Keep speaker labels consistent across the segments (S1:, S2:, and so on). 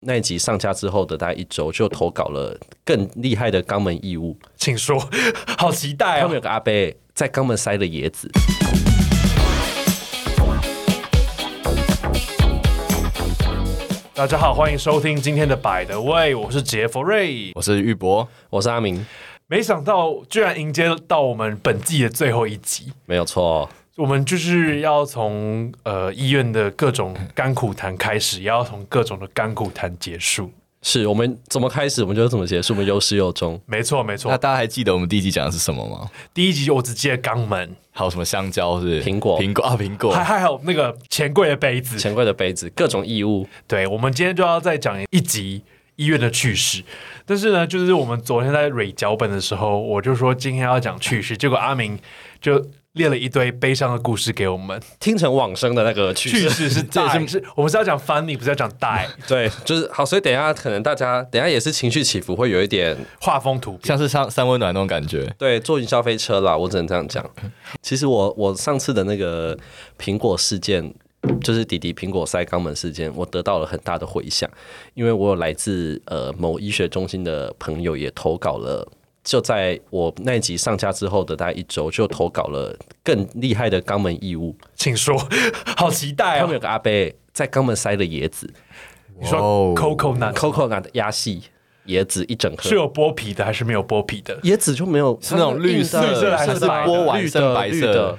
S1: 那一集上架之后的大概一周，就投稿了更厉害的肛门异物。
S2: 请说， 好期待
S1: 他
S2: 哦
S1: 们！有个阿伯在肛门塞了椰子，
S2: 大家好，欢迎收听今天的《百的味》，我是杰佛瑞。
S3: 我是玉博，
S1: 我是阿明，
S2: 没想到居然迎接到我们本季的最后一集，
S1: 没有错哦、
S2: 我们就是要从呃医院的各种甘苦谈开始，也要从各种的甘苦谈结束。
S1: 是我们怎么开始，我们就怎么结束，我们有始有终。
S2: 没错，没
S3: 那
S2: 错。
S3: 大家还记得我们第一集讲的是什么吗？
S2: 第一集我只记得肛门，
S3: 还有什么香蕉是不是
S1: 苹果
S3: 苹果啊，苹果
S2: 还还有那个钱柜的杯子，
S1: 钱柜的杯子，各种异物，
S2: 对，我们今天就要再讲一集医院的趣事。但是呢，就是我们昨天在蕊脚本的时候，我就说今天要讲趣事，结果阿明就列了一堆悲伤的故事给我们。
S1: 听成往生的那个趣
S2: 趣
S1: 事。
S2: 事是
S3: 这也
S2: 大
S3: 是
S2: 是是，我们是要讲 funny，不是要讲大
S1: 对，就是好，所以等一下可能大家等一下也是情绪起伏，会有一点
S2: 画风图片。
S3: 像是三三温暖那种感觉。
S1: 对坐云霄飞车啦，我只能这样讲。其实我我上次的那个苹果事件，就是弟弟苹果塞肛门事件，我得到了很大的回响，因为我有来自呃某医学中心的朋友也投稿了。就在我那一集上架之后的大概一周，就投稿了更厉害的肛门异物。
S2: 请说，好期待
S1: 他
S2: 哦
S1: 们！有个阿伯在肛门塞了椰子
S2: 你说
S3: 哦
S2: coconut
S1: ，coconut 压细椰子一整颗
S2: 是，哦有剥皮的还是没有剥皮的？
S1: 椰子就没有
S3: 是那种绿色
S1: 它是硬的
S2: 绿色还是
S1: 它是
S2: 白的
S1: 剥完
S3: 绿
S1: 剩
S3: 的
S1: 白
S3: 绿
S1: 色
S3: 的
S1: 的，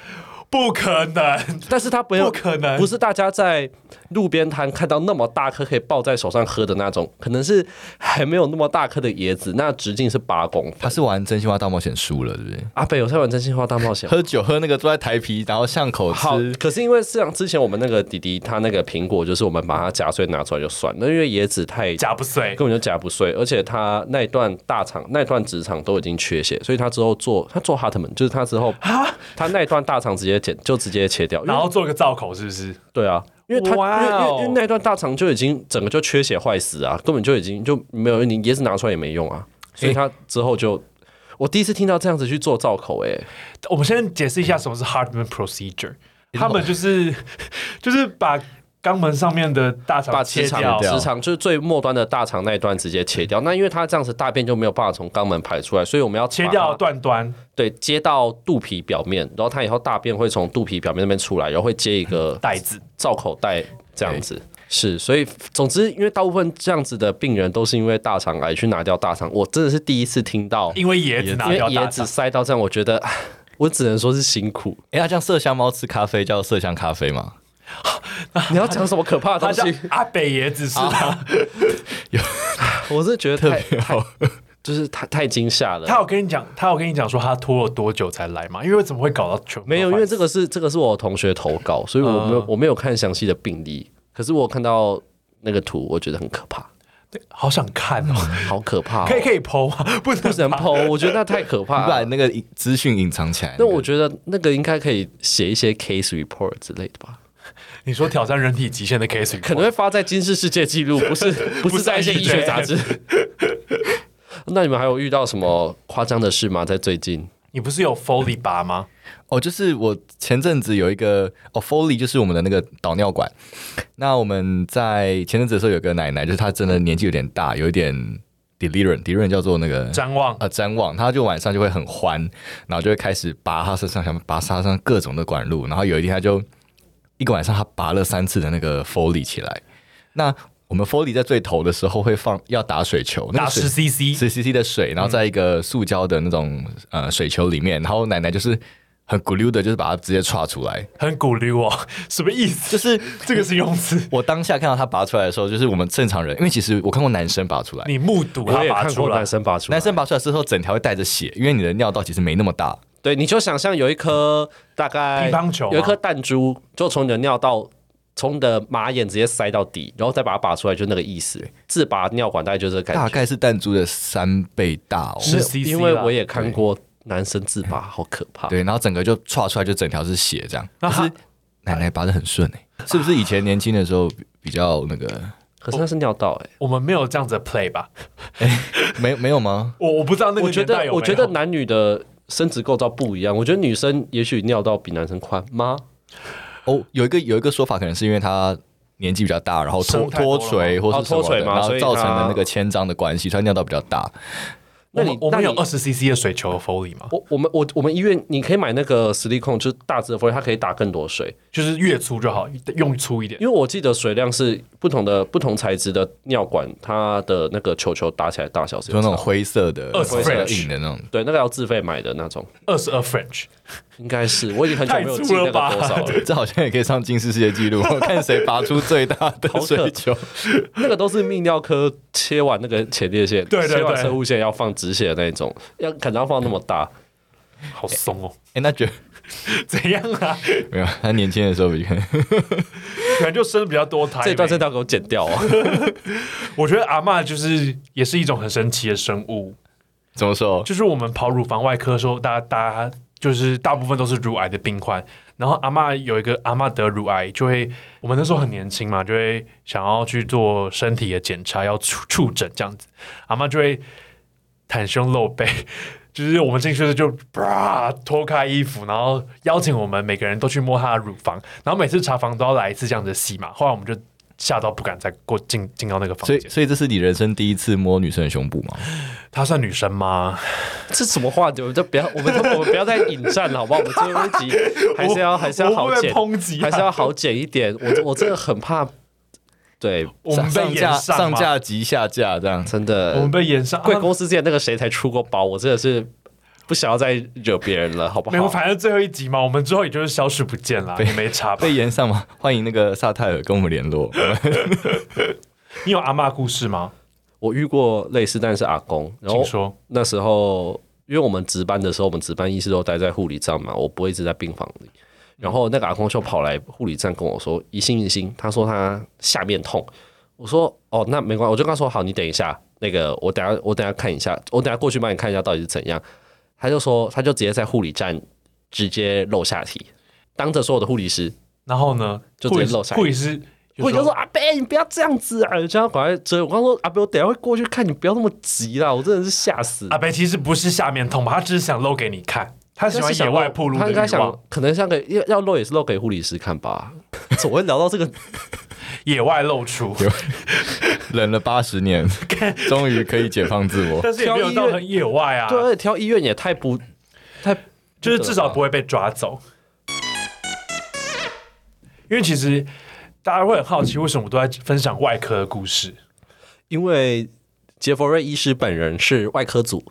S2: 不可能，
S1: 但是它没有
S2: 不可能
S1: 不是大家在路边摊看到那么大颗可以抱在手上喝的那种，可能是还没有那么大颗的椰子，那直径是八公 分。
S3: 他是玩真心话大冒险输了，对不对？
S1: 阿北有在玩真心话大冒 险吗。
S3: 喝酒喝那个坐在台皮，然后巷口
S1: 好
S3: 吃，，
S1: 可是因为是像之前我们那个弟弟他那个苹果，就是我们把它夹碎拿出来就算了，那因为椰子太
S2: 夹不碎。
S1: 根本就夹不碎，而且他那一段大厂、那一段职场都已经缺血，所以他之后做他做 Hartman，就是他之后他那一段大厂直接剪就直接切掉，因为
S2: 然后做一个造口，是不是？
S1: 对啊，因为他、因为
S2: 哇
S1: 因
S2: 哦
S1: 为因为那一段大肠就已经整个就缺血坏死啊，根本就已经就没有你椰子拿出来也没用啊，所以他之后就、我第一次听到这样子去做造口、欸，
S2: 我们先解释一下什么是 Hartman procedure。他们就是 就是把肛门上面的大
S1: 把
S2: 肠
S1: 直
S2: 切
S1: 肠
S2: 掉，
S1: 直肠就是最末端的大肠那一段直接切掉，那因为他这样子大便就没有办法从肛门排出来，所以我们要
S2: 切
S1: 把它
S2: 掉断端，
S1: 对，接到肚皮表面，然后它以后大便会从肚皮表面那边出来，然后会接一个
S2: 袋子
S1: 造口袋这样子。是，所以总之，因为大部分这样子的病人都是因为大肠癌去拿掉大肠，我真的是第一次听到，因
S2: 因为椰子拿
S1: 为
S2: 掉大
S1: 椰
S2: 肠
S1: 子。塞到这样，我觉得啊我只能说是辛 苦。
S3: 哎，他这样麝香猫吃咖啡叫麝香咖啡吗？
S1: 你要讲什么可怕的
S2: 他叫
S1: 东西？啊
S2: 阿北椰子是吗？
S1: 我是觉得太
S3: 好，
S1: 就是太太惊吓了。
S2: 他有跟你讲，他有跟你讲说他拖了多久才来吗？因为怎么会搞到全部都
S1: 没有，因
S2: 坏
S1: 为
S2: 死
S1: 这个是这个是我同学投稿，所以
S2: 嗯
S1: 我没有、我没有看详细的病例，可是我看到那个图，我觉得很可怕，
S2: 好想看哦，
S1: 好可怕、哦。
S2: 可以可以剖吗？不
S1: 不
S2: 能
S1: 能剖，我觉得那太可
S3: 你
S1: 怕
S3: 把
S1: 了。
S3: 那个资讯隐藏起来。
S1: 啊那我觉得那个应该可以写一些 case report 之类的吧，
S2: 你说挑战人体极限的 case
S1: 可能会发在《金氏世界纪录》，不是不是在一些医学杂志。那你们还有遇到什么夸张的事吗？在最近
S2: 你不是有 Foley 拔吗？
S3: 哦，就是我前阵子有一个哦，Foley 就是我们的那个导尿管。那我们在前阵子的时候有个奶奶，就是她真的年纪有点大，有一点 delirium，delirium 叫做那个
S2: 瞻望
S3: 呃瞻望，她就晚上就会很欢，然后就会开始拔她身上，想拔她身上各种的管路，然后有一天她就一个晚上她拔了三次的那个 Foley 起来。那我们 Foley 在最头的时候会放要打水球，那
S2: 打
S3: 个水
S2: 十 CC，
S3: 十 CC 的水，然后在一个塑胶的那种呃水球里面，然后奶奶就是很咕溜的，就是把它直接刷出来。
S2: 很鼓励哦，什么意思？
S3: 就是
S2: 这个是用词，
S3: 我当下看到他拔出来的时候，就是我们正常人，因为其实我看过男生拔出来，
S2: 你目睹
S1: 我
S2: 他
S1: 也
S2: 拔
S1: 看
S2: 出
S1: 过
S2: 来
S1: 男，生拔出来，
S3: 男生拔出来之后整条会带着血，因为你的尿道其实没那么大，
S1: 对，你就想象有一颗大概
S2: 乒乓球吗
S1: 有一颗弹珠，就从你的尿道。从你的马眼直接塞到底，然后再把它拔出来，就那个意思。自拔尿管大概就这个感觉。
S3: 大概是弹珠的三倍大哦。
S1: 没
S2: 是
S1: 有
S2: 10cc
S1: 因为
S2: 啦
S1: 我也看过男生自拔，好可怕。
S3: 对，然后整个就刷出来，就整条是血这样。
S2: 那
S3: 可
S2: 他
S3: 是奶奶拔的很顺哎、是不是以前年轻的时候比较那个？
S1: 可是那是尿道哎、
S2: 我们没有这样子的 play 吧？
S3: 没没有吗？
S2: 我我不知道那个
S1: 我觉
S2: 年代有没
S1: 得
S2: 有
S1: 我觉得男女的生殖构造不一样，我觉得女生也许尿道比男生宽吗？
S3: 哦，有一个有一个说法，可能是因为他年纪比较大，然后
S2: 生
S3: 脱
S2: 太多
S3: 脱
S2: 了
S3: 垂或
S1: 哦
S3: 是什么
S1: 脱垂
S3: 的
S1: 嘛
S3: 然后
S1: 所以
S3: 造成
S1: 它
S3: 的那个牵张的关系，他尿道比较大。
S1: 那
S2: 我
S1: 你
S2: 们我
S1: 那
S2: 们
S1: 你
S2: 有二呃十 CC 的水球 Foley 吗？
S1: 我我们我我们医院你可以买那个实力控，就是大只的 f 它可以打更多水，
S2: 就是越粗就好，用粗一点。
S1: 因为我记得水量是不同的不同材质的尿管，它的那个球球打起来大小是
S3: 就
S1: 有
S3: 那
S1: 差
S3: 种灰色的、
S2: 二
S3: 灰
S2: 十
S3: 色的
S2: French
S3: 硬的那种，
S1: 对，那个要自费买的那种，
S2: 二十二 French，
S1: 应该是我已经很久没有
S2: 太
S1: 记
S2: 粗
S1: 那
S2: 了
S1: 个
S2: 吧
S1: 多少了，
S3: 这好像也可以上金氏世界纪录， 看谁拔出最大的
S1: 好可
S3: 水球。
S1: 那个都是泌尿科切完那个前列腺，
S2: 对对对
S1: 切完生物线要放止血的那种，要可能要放那么大，
S2: 好松哦，
S3: 哎，那觉得
S2: 怎样啊？
S3: 没有，他年轻的时候比较
S2: 可能就生比较多胎呗。
S1: 这一段真的要给我剪掉啊！
S2: 我觉得阿嬷就是也是一种很神奇的生物，
S3: 怎么说？
S2: 就是我们跑乳房外科的时候，大家大家就是大部分都是乳癌的病患，然后阿嬷有一个阿嬷得乳癌，就会我们那时候很年轻嘛，就会想要去做身体的检查，要触触诊这样子，阿嬷就会袒胸露背。 就是我们进去的时候就啪脱开衣服，然后邀请我们每个人都去摸她的乳房，然后每次查房都要来一次这样子的戏嘛。后来我们就吓到不敢再过进进到那个房
S3: 所以，
S2: 间。
S3: 所以这是你人生第一次摸女生的胸部吗？
S2: 她算女生吗？
S1: 这什么话？你们就不要，我们我们不要再引战了，好不好？我们最后一 集还是要还是要
S2: 我
S1: 好
S2: 会不会
S1: 剪，
S2: 抨击啊
S1: 还是要好剪一点。我我真的很怕，对，
S2: 我们被
S3: 上
S2: 延
S3: 架
S2: 上
S3: 上
S2: 吗，
S3: 架及下架这样。
S1: 真
S2: 我们
S1: 的，
S2: 被延上。
S1: 呃贵
S2: 啊
S1: 公司之前那个谁才出过包，我真的是不想要再惹别人了，好不
S2: 没有，
S1: 好？
S2: 反正最后一集嘛，我们之后也就是消失不见了，也没 查吧
S3: 被。延上吗？欢迎那个萨泰尔跟我们联络。
S2: 你有阿嬷故事吗？
S1: 我遇过类似，但是阿公，然后
S2: 请说。
S1: 那时候，因为我们值班的时候，我们值班医师都待在护理站嘛，我不会一直在病房里。然后那个阿公就跑来护理站跟我说：“一心一心。”他说他下面痛。我说：“哦，那没关系。”我就跟他说：“好，你等一下，那个我等下我等下看一下，我等下过去帮你看一下到底是怎样。”他就说他就直接在护理站直接露下体，当着所有的护理师。
S2: 然后呢？
S1: 就
S2: 护
S1: 直
S2: 理
S1: 接露下来
S2: 护理师，
S1: 护理师说：“阿贝，你不要这样子啊！”这样赶快追我。刚说：“阿贝，我等一下会过去看你，不要那么急啦！”我真的是吓死。
S2: 阿北其实不是下面痛吧，他只是想露给你看，他喜欢野外暴露
S1: 他
S2: 的
S1: 应该
S2: 欲
S1: 想
S2: 望，，
S1: 可能像给要要露也是露给护理师看吧。 怎么会聊到这个？
S2: 野外露出，
S3: 忍了八十年，终于可以解放自我。
S2: 但是也没有到很野外 啊，
S1: 对，而且挑医院也太不太，
S2: 就是至少不会被抓走。因为其实大家会很好奇，为什么我都在分享外科的故事？
S1: 因为杰佛瑞医师本人是外科组，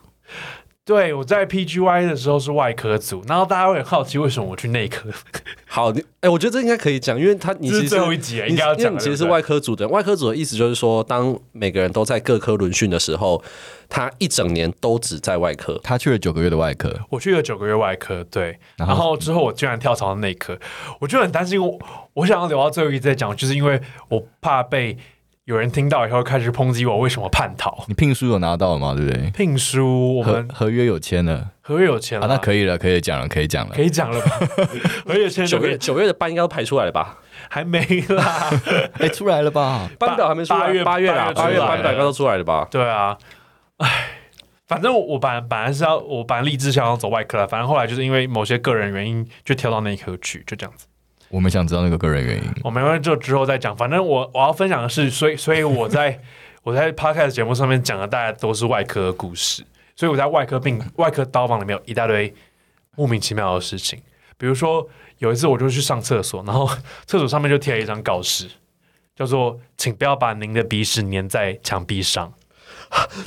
S2: 对，我在 PGY 的时候是外科组，然后大家会很好奇为什么我去内科，
S1: 好，你哎、我觉得这应该可以讲，因为他你
S2: 这
S1: 其
S2: 是
S1: 实
S2: 最后一集啊
S1: 你
S2: 应该要
S1: 因为
S2: 讲
S1: 你
S2: 的。
S1: 其实是
S2: 对不对
S1: 外科组的人，外科组的意思就是说，当每个人都在各科轮训的时候，他一整年都只在外科。
S3: 他去了九个月的外科，
S2: 我去了九个月外科，对，
S3: 然
S2: 然
S3: 后
S2: 后之后我居然跳槽到内科，我就很担心我，我想要留到最后一集再讲，就是因为我怕被有人听到以后开始抨击我为什么叛逃。
S3: 你聘书有拿到吗？对不对？
S2: 聘书我
S3: 合
S2: 们
S3: 合约有签了
S2: 合约有签
S3: 啊，
S2: 了、
S3: 那可
S2: 以
S3: 以了，可以讲了，可以讲了
S2: 可。以讲了 吧？合约有签就
S1: 九
S2: 可
S1: 月
S2: 以，
S1: 九月的班应该都排出来了吧？
S2: 还没啦。
S3: 哎，出来了吧？
S1: 班表还没出来，
S2: 八月
S1: 八月啦，
S2: 八
S1: 八
S2: 月
S1: 月
S2: 出来
S1: 班表应该都出来了吧？
S2: 对啊，唉，反正我我本来本来是要我本来立志想要走外科了，反正后来就是因为某些个人原因就跳到内科去，就这样子。
S3: 我们想知道那个个人原因。
S2: 我没关系，就之后再讲。反正我我要分享的是，所以所以我在我在 podcast 节目上面讲的大家都是外科的故事，所以我在外科病外科刀房里面有一大堆莫名其妙的事情。比如说有一次我就去上厕所，然后厕所上面就贴了一张告示，叫做“请不要把您的鼻屎粘在墙壁上”。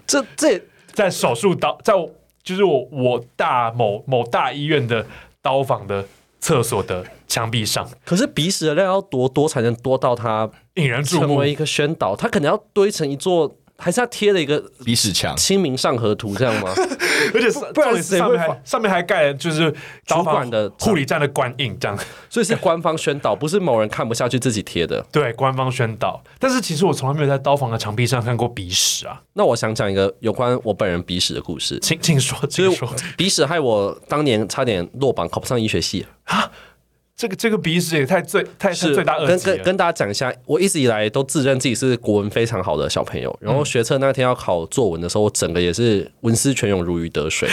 S1: 这这也
S2: 在手术刀，在我就是我我大某某大医院的刀房的厕所的墙壁上，
S1: 可是鼻屎的量要多多才能多到它
S2: 引人注
S1: 成
S2: 目
S1: 为。一个宣导，它可能要堆成一座，还是它贴了一个
S3: 鼻屎墙，
S1: 清明上河图这样 吗？
S2: 而且是
S1: 不然
S2: 重点是
S1: 谁
S2: 上
S1: 会
S2: 面还
S1: 放
S2: 上面还盖了就是刀
S1: 主
S2: 房
S1: 管的
S2: 护理站的官印这样，
S1: 所以是官方宣导，不是某人看不下去自己贴的。
S2: 对官方宣导。但是其实我从来没有在刀房的墙壁上看过鼻屎啊，
S1: 那我想讲一个有关我本人鼻屎的故事。
S2: 请 请说，
S1: 就
S2: 请
S1: 是
S2: 说。
S1: 鼻屎害我当年差点落榜，考不上医学系，
S2: 这个这个鼻屎也太罪太太
S1: 是
S2: 罪大恶
S1: 跟
S2: 极啊
S1: 跟
S2: 了。
S1: 跟大家讲一下，我一直以来都自认自己是国文非常好的小朋友，然后 学测那天要考作文的时候，我整个也是文思泉涌，如鱼得水。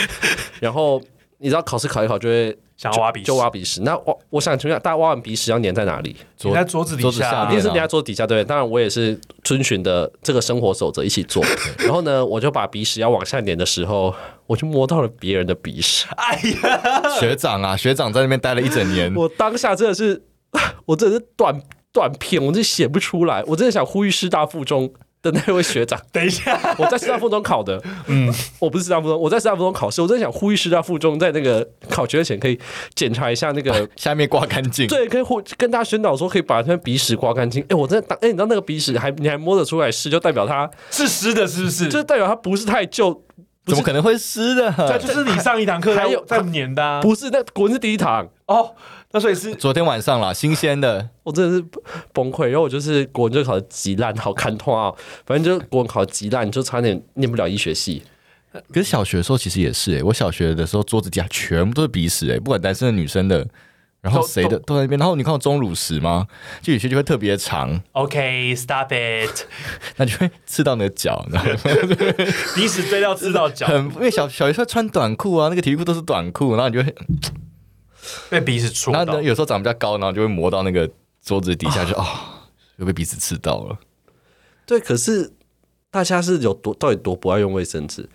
S1: 然后你知道考试考一考就会
S2: 想要挖鼻屎
S1: 就挖鼻屎。那我我想请问一下，大家挖完鼻屎要粘在哪里？
S2: 你在桌子底
S3: 桌子
S2: 下
S3: 下
S1: 一定
S3: 面
S1: 是人家桌底下对，当然我也是遵循的这个生活守则一起做。然后呢，我就把鼻屎要往下粘的时候，我就摸到了别人的鼻屎，
S2: 哎呀，
S3: 学长啊，学长在那边待了一整年，。
S1: 我当下真的是， 我真的是短短片，我真的写不出来。我真的想呼吁师大附中的那位学长，
S2: 等一下，
S1: 我在师大附中考的，嗯，我不是师大附中，我在师大附中考试，我真的想呼吁师大附中在那个考学前可以检查一下那个
S3: 下面刮干净，
S1: 对，可以呼跟大家宣导说，可以把那鼻屎刮干净。哎、我真的当哎、你知道那个鼻屎还你还摸得出来是，就代表它
S2: 是湿的，是不是？
S1: 就是代表它不是太旧，
S3: 怎么可能会湿
S2: 这
S3: 的？
S2: 就是你上一堂课
S1: 还
S2: 在
S1: 有
S2: 在粘的啊
S1: 不是那果然是第一堂，
S2: 哦，那所以是
S3: 昨天晚上啦，新鲜的，
S1: 我真的是崩溃。然后我就是国文就考的极烂，好看通啊，反正就是国文考的极烂，就差点念不了医学系。
S3: 可是小学的时候其实也是诶、欸我小学的时候桌子底下全部都是鼻屎诶、不管男生的女生的，然后
S2: 都
S3: 谁的都在那边。然后你看到钟乳石吗？就有些就会特别长，
S2: OK，Stop it，
S3: 那就会刺到你的 脚，然后
S2: 鼻屎追到刺到脚，
S3: 很因为小小学时候穿短裤啊，那个体育裤都是短裤，然后你就会，
S2: 被鼻屎戳
S3: 然
S2: 到
S3: 后。有时候长比较高，然后就会磨到那个桌子
S1: 啊
S3: 底下就，哦，又被鼻屎刺到了。
S1: 对，可是大家是有多到底多不爱用卫生纸？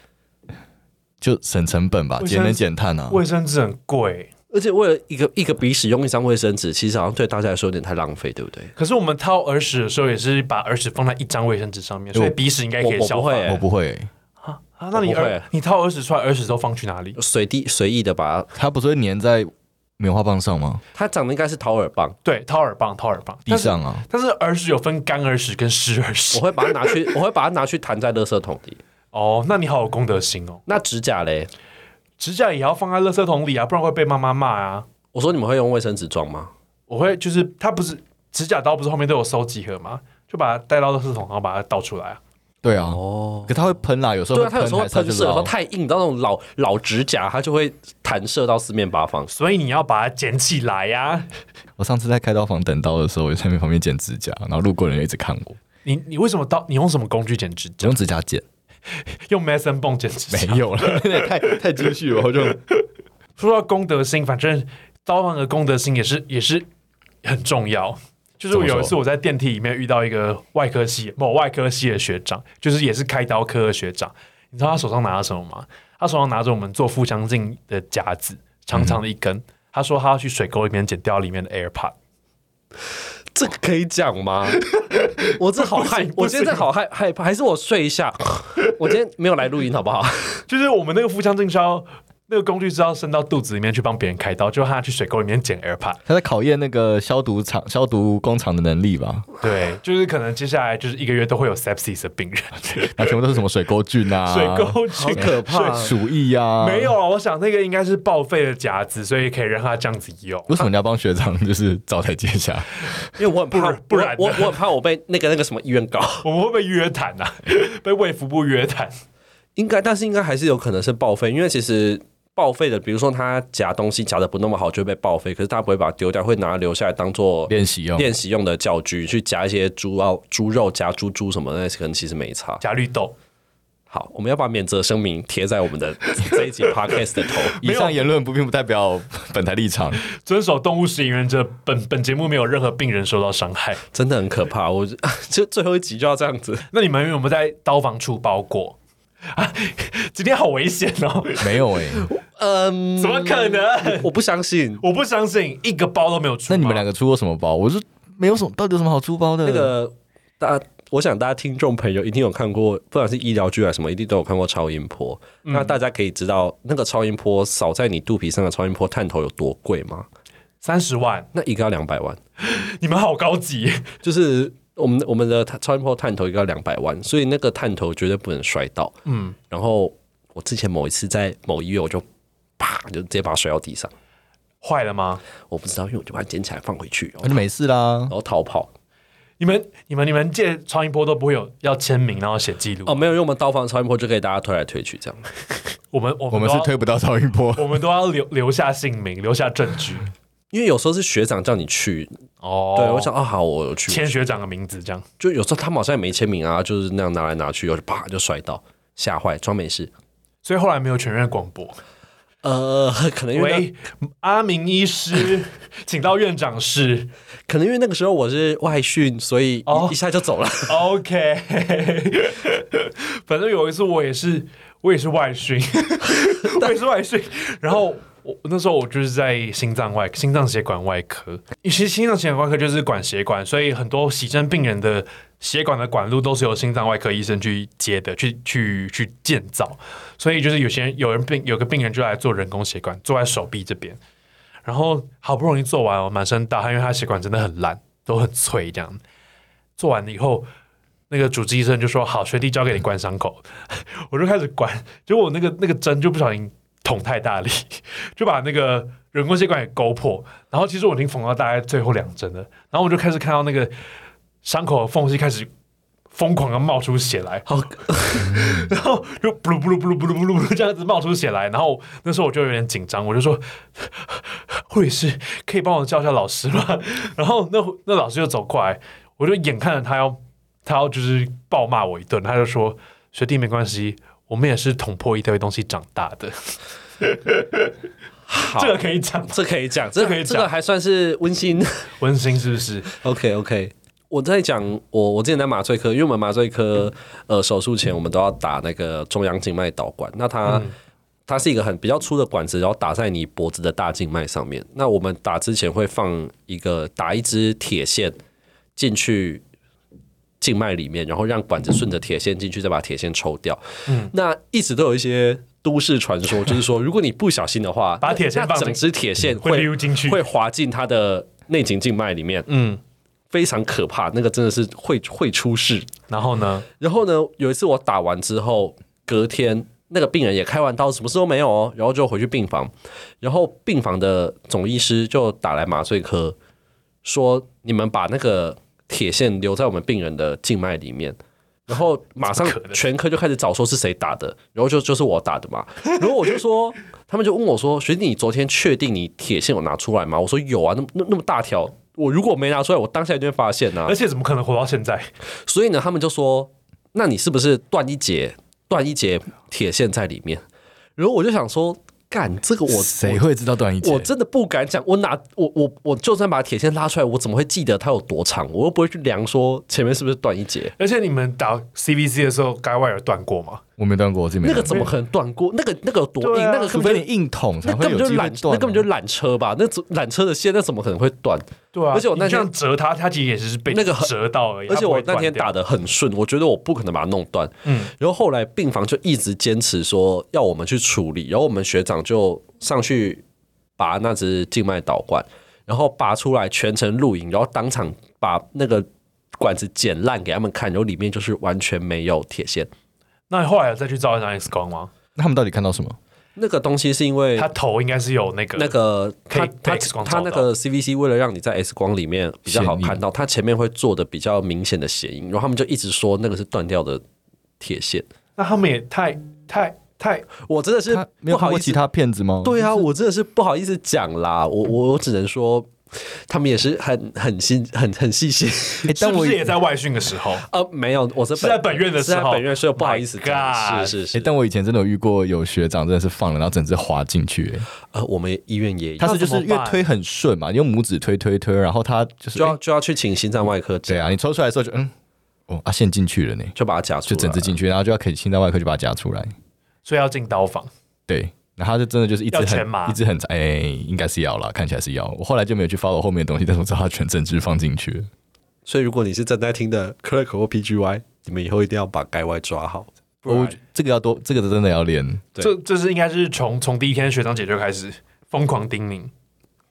S3: 就省成本吧，
S2: 卫生
S3: 节能减碳啊。
S2: 卫生纸很贵，
S1: 而且为了一个一个鼻屎用一张卫生纸，其实好像对大家来说有点太浪费，对不对？
S2: 可是我们掏耳屎的时候也是把耳屎放在一张卫生纸上面，所以鼻屎应该可以
S1: 我我
S2: 消
S1: 不
S2: 化
S1: 会
S2: 啊。
S1: 欸
S3: 我不会欸、
S2: 那你
S1: 我不会
S2: 耳你掏耳屎出来，耳屎都放去哪里？
S1: 随地随意的把它，
S3: 它不是会粘在棉花棒上吗？
S1: 它长得应该是掏耳棒，
S2: 对，掏耳棒，掏耳棒，
S3: 地上啊，
S2: 但是。但是耳屎有分干耳屎跟湿耳
S1: 我
S2: 屎。
S1: 会把它拿去，我会把它拿去弹在垃圾桶里。
S2: 哦，那你好有公德心哦，
S1: 那指甲嘞？
S2: 指甲也要放在垃圾桶里啊，不然会被妈妈骂啊。
S1: 我说你们会用卫生纸装吗？
S2: 我会就是它不是指甲刀，不是后面都有收集盒吗？就把它带到垃圾桶，然后把它倒出来啊。
S3: 对啊，
S1: 哦，
S3: 可它会喷啦，有时候
S1: 对
S3: 会
S1: 啊，它有时候会
S3: 还是它
S1: 喷
S3: 就
S1: 射，有时
S3: 捞
S1: 候太硬，到那种老老指甲，它就会弹射到四面八方。
S2: 所以你要把它捡起来啊呀、
S3: 我上次在开刀房等刀的时候，我就在旁边剪指甲，然后路过的人一直看我，
S2: 你你为什么刀？你用什么工具剪指
S3: 只
S2: 甲？
S3: 用指甲剪，
S2: 用 Mason 泵剪指甲？
S3: 没 有了，太太精细了，我 就
S2: 说到公德心，反正刀郎的公德心也是也是很重要。就是我有一次
S3: 怎么说
S2: 我在电梯里面遇到一个外科系某外科系的学长，就是也是开刀科的学长。你知道他手上拿着什么吗？他手上拿着我们做腹腔镜的夹子，长长的一根。他说他要去水沟里面剪掉里面的 AirPod。
S1: 这个可以讲吗？ 我这好害， 我今天这好害害怕，还是我睡一下？我今天没有来录音，好不 好？
S2: 就是我们那个腹腔镜是要那个工具是要伸到肚子里面去帮别人开刀，就让他去水沟里面捡 AirPod。
S3: 他在考验那个消毒厂、消毒工厂的能力吧，
S2: 对，就是可能接下来就是一个月都会有 sepsis 的病人，
S3: 那全部都是什么 水沟菌啊、
S2: 水沟好
S1: 可怕
S3: 鼠疫啊，
S2: 没有。啊，我想那个应该是报废的夹子，所以可以让他这样子用。
S3: 为什么你要帮学长就是找台阶下？
S1: 因为我很怕，
S2: 不
S1: 我
S2: 然不
S1: 我
S2: 然呢
S1: 我很怕我被那个那个什么医院搞，
S2: 我们会被约谈啊， 被卫福部约谈。
S1: 应该，但是应该还是有可能是报废，因为其实报废的，比如说他夹东西夹的不那么好，就会被报废，可是他不会把它丢掉，会拿它留下来当做
S3: 练习用
S1: 练习用的教具，去夹一些猪啊、猪肉夹猪猪什么的，那可能其实没差。
S2: 加绿豆，
S1: 好，我们要把免责声明贴在我们的这一集 podcast 的头。
S3: 以上言论不并不代表本台立场。
S2: 遵守动物实验原则。本本节目没有任何病人受到伤害。
S1: 真的很可怕，我就 最后一集就要这样子。
S2: 那你们有没有在刀房处包裹？啊，今天好危险哦！
S3: 没有哎、
S1: 嗯，
S2: 怎么可能？
S1: 我不相信
S2: 我不相信一个包都没有出。
S3: 那你们两
S2: 个，
S3: 个出过什么包？我是没有什么，到底有什么好出包的？
S1: 那个大家，我想大家听众朋友一定有看过，不管是医疗剧啊还是什么，一定都有看过超音波。那大家可以知道那个超音波扫在你肚皮上的超音波探头有多贵吗？
S2: 三十万，
S1: 那一个要两百万，
S2: 你们好高级。
S1: 就是我们我们的超音波探头一个要两百万，所以那个探头绝对不能摔到。嗯，然后我之前某一次在某医院，我就啪就直接把它摔到地上，
S2: 坏了吗？我
S1: 我不知道，因为我就把它捡起来放回去，然
S3: 那
S1: 后
S3: 就没事啦
S1: 然。后逃跑。
S2: 你们、你们、你们借超音波都不会有要签名，然后写记录。
S1: 哦，没有，因为我们刀房超音波就可以大家推来推去这样。
S2: 我们我
S3: 我
S2: 们
S3: 们
S2: 都
S3: 是
S2: 要
S3: 推不到超音波，
S2: 我们都要留留下姓名，留下证据。
S1: 因为有时候是学长叫你去，
S2: 哦
S1: 对我想啊，好，我有去。
S2: 签学长的名字这样。
S1: 就有时候他们好像也没签名啊，就是那样拿来拿去，我就啪就摔到，吓坏，装没事。
S2: 所以后来没有全院广播，
S1: 呃， 可能因为那
S2: 喂，阿明 医师，请到院长室。
S1: 可能因为那个时候我是外训，所以一,、
S2: 哦
S1: 一下就走了。
S2: OK，反正有一次我也是，我也是外训，我也是外训。然后我那时候我就是在心脏外、心脏血管外科，其实心脏血管外科就是管血管，所以很多洗症病人的血管的管路都是由心脏外科医生去接的，去去去建造。所以就是有些人有人病有个病人就来做人工血管，做在手臂这边，然后好不容易做完，我满身大汗，因为他血管真的很烂，都很脆这样。做完了以后，那个主治医生就说：“好，学弟交给你关伤口。”我就开始关，结果我那个那个针就不小心捅太大力，就把那个人工血管给勾破。然后其实我已经缝到大概最后两针了，然后我就开始看到那个伤口的缝隙开始。疯狂的冒出血来，
S1: 好，
S2: 然后就布噜布噜布噜布噜布噜布噜这样子冒出血来，然后那时候我就有点紧张，我就说护理师可以帮我叫一下老师吗？然后那那老师就走过来，我就眼看着他要他要就是暴骂我一顿，他就说学弟没关系，我们也是捅破一堆东西长大的，
S1: 好，
S2: 这个可以讲
S1: 这可以讲，这
S2: 这可以讲
S1: 这个还算是温馨。
S2: 温馨是不是？
S1: OK OK，我在讲我我之前在麻醉科，因为我们麻醉科呃手术前我们都要打那个中央静脉导管，那它、
S2: 嗯
S1: 它是一个很比较粗的管子，然后打在你脖子的大静脉上面。那我们打之前会放一个打一支铁线进去。静脉里面，然后让管子顺着铁线进去，再把铁线抽掉。嗯，那一直都有一些都市传说，就是说，如果你不小心的话，
S2: 把铁线
S1: 那
S2: 放进
S1: 整支铁线
S2: 会溜进去
S1: 会滑进它的内颈静脉里面。
S2: 嗯，
S1: 非常可怕，那个真的是会会出事。
S2: 然后呢？
S1: 然后呢，有一次我打完之后，隔天那个病人也开完刀，什么事都没有哦，然后就回去病房，然后病房的总医师就打来麻醉科，说你们把那个铁线留在我们病人的静脉里面。然后马上
S2: 怎么可能
S1: 全科就开始找说是谁打的，然后就就是我打的嘛。然后我就说，他们就问我说：“学弟，你昨天确定你铁线有拿出来吗？”我说：“有啊，那么那那么大条，我如果没拿出来，我当下就会发现呐、啊
S2: 而且怎么可能活到现在？
S1: 所以呢，他们就说：“那你是不是断一节断一节铁线在里面？”然后我就想说：“干这个我
S3: 谁会知道段一杰？
S1: 我真的不敢讲，我哪我我我就算把铁线拉出来，我怎么会记得它有多长？我又不会去量说前面是不是断一节。”
S2: 而且你们打 CVC 的时候，该外有断过吗？
S3: 我没断过，我自己没
S1: 那个
S3: 断过。
S1: 怎么可能断过？那个那个有多
S2: 对
S1: 硬？
S2: 啊
S1: 那个
S3: 除
S1: 根
S3: 非
S1: 本
S3: 你
S1: 就
S3: 硬捅才
S1: 那
S3: 会
S1: 根本
S3: 有
S1: 就
S3: 机会
S1: 缆，那
S3: 断啊。
S1: 根本就缆车吧？那缆车的线那怎么可能会断？
S2: 对啊，
S1: 而且我那
S2: 你这
S1: 天
S2: 样折它，它其实也是被
S1: 那个很
S2: 折到而已。
S1: 而且我
S2: 它
S1: 那
S2: 不会
S1: 天
S2: 断掉
S1: 打的很顺，我觉得我不可能把它弄断。
S2: 嗯
S1: 然后后来病房就一直坚持说要我们去处理，然后我们学长就上去拔那只静脉导管，然后拔出来全程录影，然后当场把那个管子剪烂给他们看，然后里面就是完全没有铁线。
S2: 那你后来有再去照一张 X 光吗？
S3: 那他们到底看到什么？
S1: 那个东西是因为
S2: 他头应该是有那个
S1: 欸那个
S2: 可
S1: 它
S2: 以
S1: 它
S2: 被 X 光
S1: 它那
S2: 照到
S1: 个 CVC 为了让你在 X 光里面比较好看到，它前面会做的比较明显的显影，然后他们就一直说那个是断掉的铁线。
S2: 那他们也太太太
S1: 我真的是
S3: 他没
S1: 不
S3: 有看
S1: 好
S3: 过
S1: 意
S3: 其
S1: 思，
S3: 他片子吗？
S1: 对啊，我真的是不好意思讲啦，我我我只能说，他们也是很很心很很细心。
S3: 哎，
S2: 是
S3: 但
S2: 不
S3: 我
S2: 是也在外训的时候？
S1: 呃，没有，我是
S2: 是在本院的时候
S1: 是
S2: Oh
S1: 在本院，所以不好意思
S2: My
S1: 讲。
S2: God
S1: 是是
S3: 哎，
S1: 是，
S3: 但我以前真的有遇过有学长真的是放了，然后整只滑进去。哎
S1: 呃，我们医院也有
S3: 他是就
S2: 那
S3: 是
S2: 怎
S3: 因
S2: 么
S3: 为
S2: 办
S3: 推很顺嘛，你用拇指推推推，然后他就是
S1: 就要
S3: 哎
S1: 就要去请心脏外科
S3: 对
S1: 诊，
S3: 啊，你抽出来的时候就嗯，哦啊线进去了呢，
S1: 就把它夹出
S3: 就
S1: 来，
S3: 整只进去，然后就要可以心脏外科就把它夹出来。
S2: 所以要进刀房。
S3: 对，然后他就真的就是一直
S2: 要钱吗
S3: 很一直很哎、应该是要啦，看起来是要。我后来就没有去 follow 后面的东西，但是我知道他全整只放进去了。
S1: 所以如果你是正在听的 clerk 或 PGY，你们以后一定要把该外抓好。
S2: 不然
S3: 我这个要多，这个真的要练。
S1: 对
S2: 这这是应该是从从第一天学长姐就开始疯狂叮咛，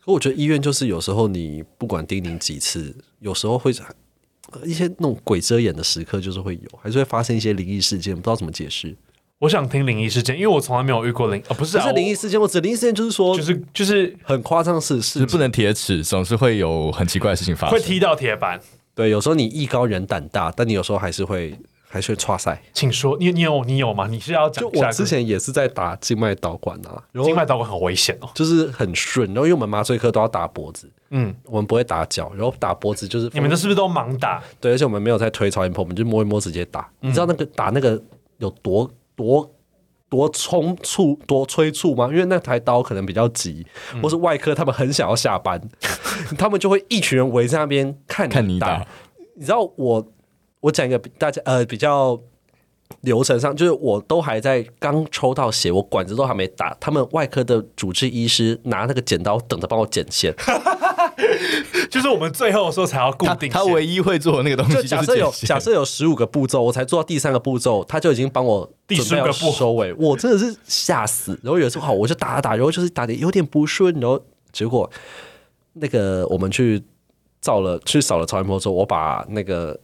S1: 可我觉得医院就是有时候你不管叮咛几次，有时候会呃一些那种鬼遮眼的时刻，就是会有，还是会发生一些灵异事件，不知道怎么解释。
S2: 我想听灵异事件，因为我从来没有遇过灵，啊，不是
S1: 不
S2: 啊
S1: 是灵异，事件，我指灵异事件就是说
S2: 我就是就是
S1: 很夸张的事
S3: 就是
S1: 事。
S3: 不能铁齿，总是会有很奇怪的事
S1: 啊
S3: 情发
S2: 会
S3: 生。
S2: 踢到铁板。
S1: 对，有时候你艺高人胆大，但你有时候还是会还是会岔赛。
S2: 请说，你你有你有吗？你是要讲
S1: 就
S2: 下
S1: 我
S2: 个
S1: 之前也是在打静脉导管啊，然后
S2: 静脉导管很危险哦。
S1: 就是很顺，然后因为我们麻醉科都要打脖子，
S2: 嗯，
S1: 我们不会打脚，然后打脖子就是
S2: 你们这是不是都盲打？
S1: 对，而且我
S3: 嗯
S1: 们没有在推超音波，我们就摸一摸直接打。你知道那个打那个有多多多冲促、多催促吗？因为那台刀可能比较急，
S3: 嗯
S1: 或是外科他们很想要下 班，他们就会一群人围在那边看
S3: 看你
S1: 打
S3: 打。
S1: 你知道我，我讲一个比大家呃比较流程上，就是我都还在刚抽到血，我管子都还没打，他们外科的主治医师拿那个剪刀等着帮我剪线。
S2: 就是我们最后的时候才要固
S3: 他
S2: 定
S3: 他
S2: 线
S3: 唯一会做的那个东西
S1: 就
S3: 就是
S1: 假设有
S3: 剪线
S1: 假设有十五个步骤，我才做到第三个步骤，他就已经帮我
S2: 第
S1: 准备要
S2: 15个步
S1: 收尾，我真的是吓死。然后有时候好，我就打打打，然后就是打的有点不顺，然后结果那个我们去造了去扫了超音波之后，我把那个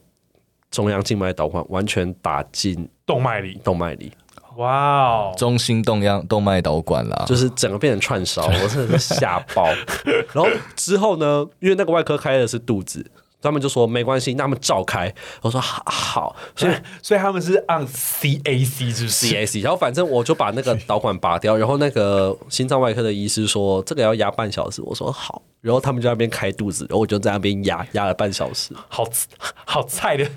S1: 中央静脉导管完全打进
S2: 动脉里，
S1: 动脉里，
S2: 哇哦，
S3: 中心动央动脉导管啦，
S1: 就是整个变成串 烧，我真的是吓爆。然后之后呢，因为那个外科开的是肚子。他们就说没关系，那他们照开。我说好好，所以
S2: 所以他们是按 CAC 是不是
S1: CAC，然后 E 反正我就把那个导管拔掉，然后那个心脏外科的医师说这个要压半小时，我说好，然后他们就在那边开肚子，然后我就在那边压压了半小 时，
S2: 好好菜的，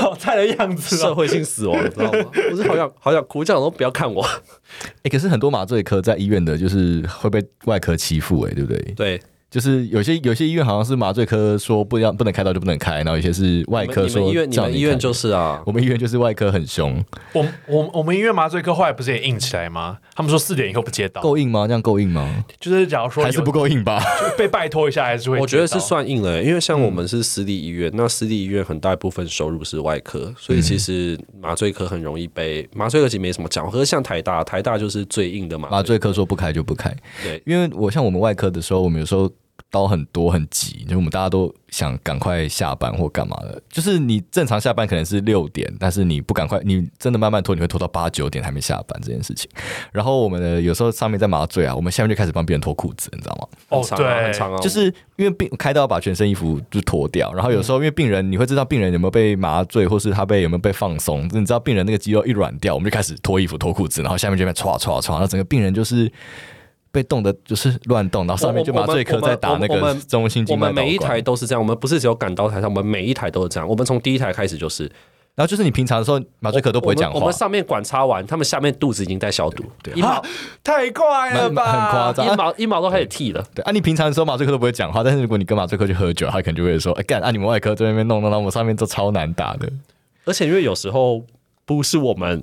S2: 好菜的样子
S1: 社
S2: 哦。
S1: 啊会性死亡，你知道吗？我是好想好想哭， 这样都不要看我。
S3: 哎、可是很多麻醉科在医院的，就是会被外科欺负，哎，对不对？
S1: 对，
S3: 就是有些有些医院好像是麻醉科说不要不能开刀就不能开，然后有些是外
S1: 你
S3: 科
S1: 们
S3: 说
S1: 医院你
S3: 叫
S1: 们医院
S3: 看
S1: 就是啊，
S3: 我们医院就是外科很凶，
S2: 我们我们我们医院麻醉科后来不是也硬起来吗？他们说四点以后不
S1: 哦
S2: 接到，
S3: 够硬吗？这样够硬吗？
S2: 就是假如说
S3: 还是
S2: 有
S3: 不够硬吧？
S2: 被拜托一下，还是会
S1: 我觉得
S2: 接到
S1: 是算硬了，因为像我们是私立医院，那私立医院很大一部分收入是外科，所以其实麻醉科很容易被麻醉科其实没什么讲，可是像台大台大就是最硬的嘛，
S3: 麻醉科说不开就不开，
S1: 对
S3: 因为我像我们外科的时候，我们有时候刀很多很急，就是我们大家都想赶快下班或干嘛的。就是你正常下班可能是六点，但是你不赶快，你真的慢慢拖，你会拖到八九点还没下班这件事情。然后我们的有时候上面在麻醉啊，我们下面就开始帮别人脱裤子，你知道吗？
S1: 很
S2: 哦
S1: 长啊很
S2: 对，
S1: 长啊，
S3: 就是因为病开刀把全身衣服就脱掉，然后有时候因为病人你会知道病人有没有被麻醉，或是他被有没有被放松，你知道病人那个肌肉一软掉，我们就开始脱衣服脱裤子，然后下面这边歘歘歘，然后整个病人就是。被冻的就是乱动，然后上面就麻醉科在打那
S1: 我们我
S3: 个
S1: 们
S3: 中心
S1: 我
S3: 静脉
S1: 们
S3: 导管
S1: 每一台，都是这样，我们不是只有赶刀台上，我们每一台都是这样。我们从第一台开始就是
S3: 然后就是你平常的时候麻醉科都不会讲
S1: 我们我
S3: 话
S1: 们，上面管插完，他们下面肚子已经在消毒，一毛
S2: 啊太快了
S3: 蛮蛮
S2: 吧，
S3: 很夸张
S1: 一毛一毛都开始剃了。
S3: 对啊，你平常的时候麻醉科都不会讲话，但是如果你跟麻醉科去喝酒，他可能就会说：“哎、干啊，你们外科在那边弄弄，到我们上面都超难打的。
S1: 而且因为有时候不是我们，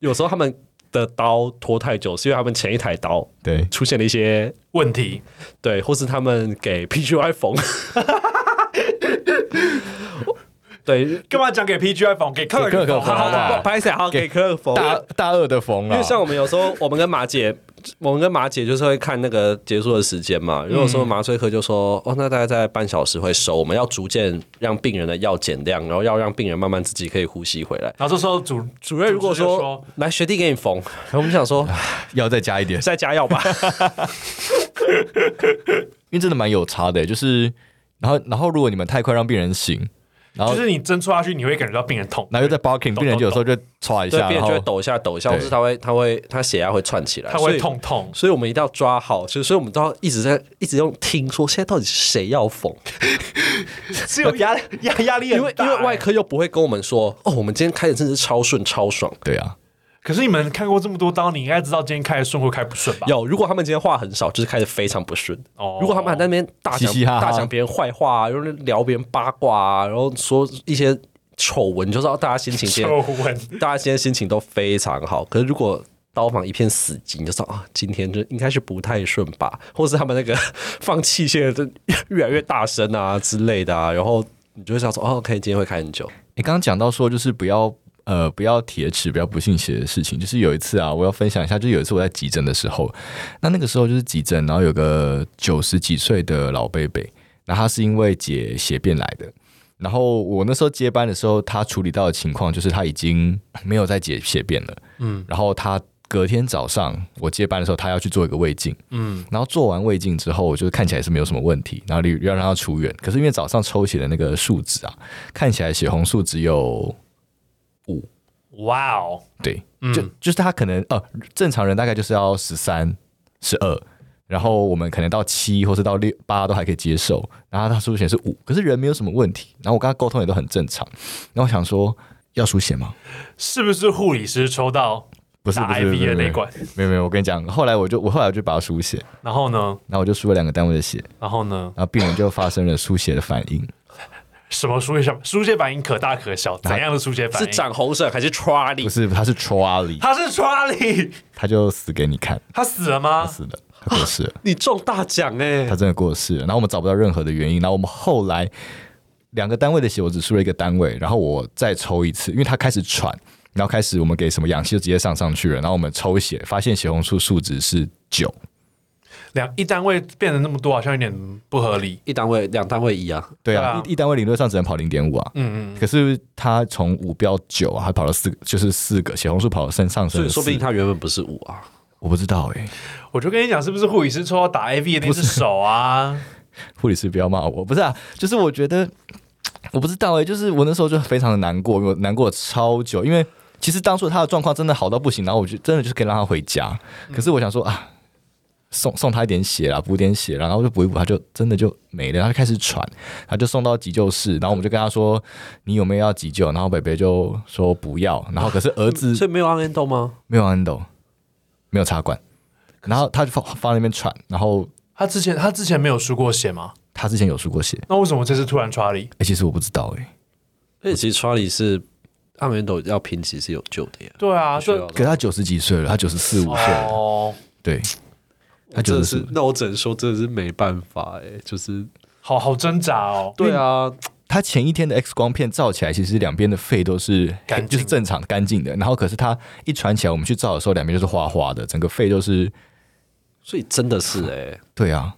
S1: 有时候他们的刀拖太久，是因为他们前一台刀”
S3: 对，
S1: 出现了一些
S2: 问题
S1: 对，或是他们给 PGY 缝。对，
S2: 干嘛讲给 PGI 房给客
S3: 给客
S2: 人
S3: 人
S2: 房
S3: 好
S1: 好
S3: 好
S2: 啊
S3: 好
S1: 好，拍谁好给客人缝。
S3: 大大二的缝
S1: 因
S3: 了
S1: 为，像我们有时候，我们跟马姐，我们跟马姐就是会看那个结束的时间嘛。如果说
S2: 嗯
S1: 麻醉科就说，哦，那大概在半小时会收，我们要逐渐让病人的药减量，然后要让病人慢慢自己可以呼吸回来。
S2: 然后这时候主
S1: 主任如果
S2: 主治就
S1: 说
S2: 说
S1: 来学弟给你缝， 然后我们想 说
S3: 要再加一点。
S1: 再加药吧，
S3: 因为真的蛮有差的欸，就是然后然后如果你们太快让病人醒，然后
S2: 就是你针戳下去，你会感觉到病人痛，
S3: 然后又在 barking，
S2: 懂
S3: 病人有时候就歘一
S1: 对，
S3: 下，
S1: 病
S3: 然
S1: 人就会
S3: 后
S1: 抖一下抖一下，
S3: 对
S1: 或是他会他会他血压会窜起来，
S2: 他
S1: 所
S2: 会
S1: 以
S2: 痛痛。
S1: 所以我们一定要抓好，所以所以我们都要一直在一直用听说现在到底是谁要缝，
S2: 是有压压压力
S1: 因为
S2: 很大
S1: 因为
S2: 欸
S1: 外，科又不会跟我们说哦，我们今天开的真的是超顺超爽。
S3: 对啊，
S2: 可是你们看过这么多刀，你应该知道今天开的顺或开不顺吧？
S1: 有，如果他们今天话很少，就是开始非常不顺。
S2: 哦
S1: 如果他们还在那边大讲
S3: 嘻嘻哈哈
S1: 大讲别人坏话啊，然后聊别人八卦啊，然后说一些丑闻，你就知道大家心情 今
S2: 皱
S1: 天
S2: 纹，
S1: 大家今天心情都非常好。可是如果刀房一片死寂，你就知道啊，今天就应该是不太顺吧，或是他们那个放器械的越来越大声啊之类的啊，然后你就会想说，哦，OK，今天会开很久。
S3: 你刚刚讲到说，就是不要呃不要铁齿，不要不信邪的事情。就是有一次啊，我要分享一下，就是有一次我在急诊的时候，那那个时候就是急诊，然后有个九十几岁的老贝贝，那他是因为解血便来的。然后我那时候接班的时候，他处理到的情况就是他已经没有在解血便了，嗯，然后他隔天早上我接班的时候，他要去做一个胃镜，嗯，然后做完胃镜之后，就是看起来是没有什么问题，然后要让他出院，可是因为早上抽血的那个数值啊，看起来血红素只有
S2: 哇哦，
S3: 对，就就是他可能呃，正常人大概就是要十三、十二，然后我们可能到七或是到六八都还可以接受，然后他输血是五，可是人没有什么问题，然后我跟他沟通也都很正常，然后我想说要输血吗？
S2: 是不是护理师抽到
S3: 不是
S2: 打
S3: 不是不
S2: IV
S3: 是
S2: 的
S3: 不
S2: 那
S3: 是
S2: 一关。
S3: 没有没有，我跟你讲，后来我就我后来我就把它输血，
S2: 然后呢？
S3: 然后我就输了两个单位的血，
S2: 然后呢？
S3: 然后病人就发生了输血的反应，
S2: 什么输血什么输血反应可大可小，怎样的输血反
S1: 是
S2: 应？
S1: 长红疹还是 Charlie？
S3: 不是他是 Charlie，
S2: 他是 Charlie，
S3: 他就死给你看，
S2: 他死了吗？
S3: 死了，他过世了，
S1: 你中大奖哎、
S3: 他真的过世了。然后我们找不到任何的原因，然后我们后来两个单位的血我只输了一个单位，然后我再抽一次，因为他开始喘，然后开始我们给什么氧气就直接上上去了，然后我们抽血发现血红素数值是九，
S2: 两一单位变得那么多，好像有点不合理。
S1: 一单位两单位一啊，
S3: 对
S2: 对啊
S3: 啊，一一单位理论上只能跑零点五啊。
S2: 嗯嗯，
S3: 可是他从五飙九啊，他跑了四个，就是四个血红素跑了上上升
S1: 所
S3: 了
S1: 以
S3: 四，
S1: 说不定他原本不是五啊。
S3: 我不知道哎、
S2: 我就跟你讲，是不是护理师抽到打 AV 的那只手啊？
S3: 护理师不要骂我，不是啊， 就是我觉得我不知道哎、就是我那时候就非常的难过，我难过超久，因为其实当初他的状况真的好到不行，然后我就真的就是可以让他回家，
S1: 嗯
S3: 可是我想说啊，送送他一点血啦，补点血啦，然后就补一补，他就真的就没了，他就开始喘，他就送到急救室，然后我们就跟他说你有没有要急救，然后北北就说不要，然后可是儿子
S1: 所以没有 on end 吗？
S3: 没有安斗，没有插管，然后他就放放在那边喘，然后
S2: 他之前他之前没有输过血吗？
S3: 他之前有输过血，
S2: 那为什么这次突然 Charlie？
S3: 哎、其实我不知道哎、
S1: 而且其实 Charlie 是 on end 要拼，其实有救的呀。
S2: 对啊，
S1: 需
S2: 就
S1: 要的
S3: 可是他九十几岁了，他九十四五岁了，
S2: 哦，
S3: 对，他
S1: 真
S3: 九
S1: 的
S3: 十
S1: 是
S3: 四，，
S1: 那我只能说真的是没办法哎、就是
S2: 好好挣扎哦。
S1: 对啊，
S3: 他前一天的 X 光片照起来，其实两边的肺都是
S2: 干净
S3: 就是正常干净的，然后可是他一传起来，我们去照的时候，两边就是花花的，整个肺都是，
S1: 所以真的是哎、
S3: 对啊，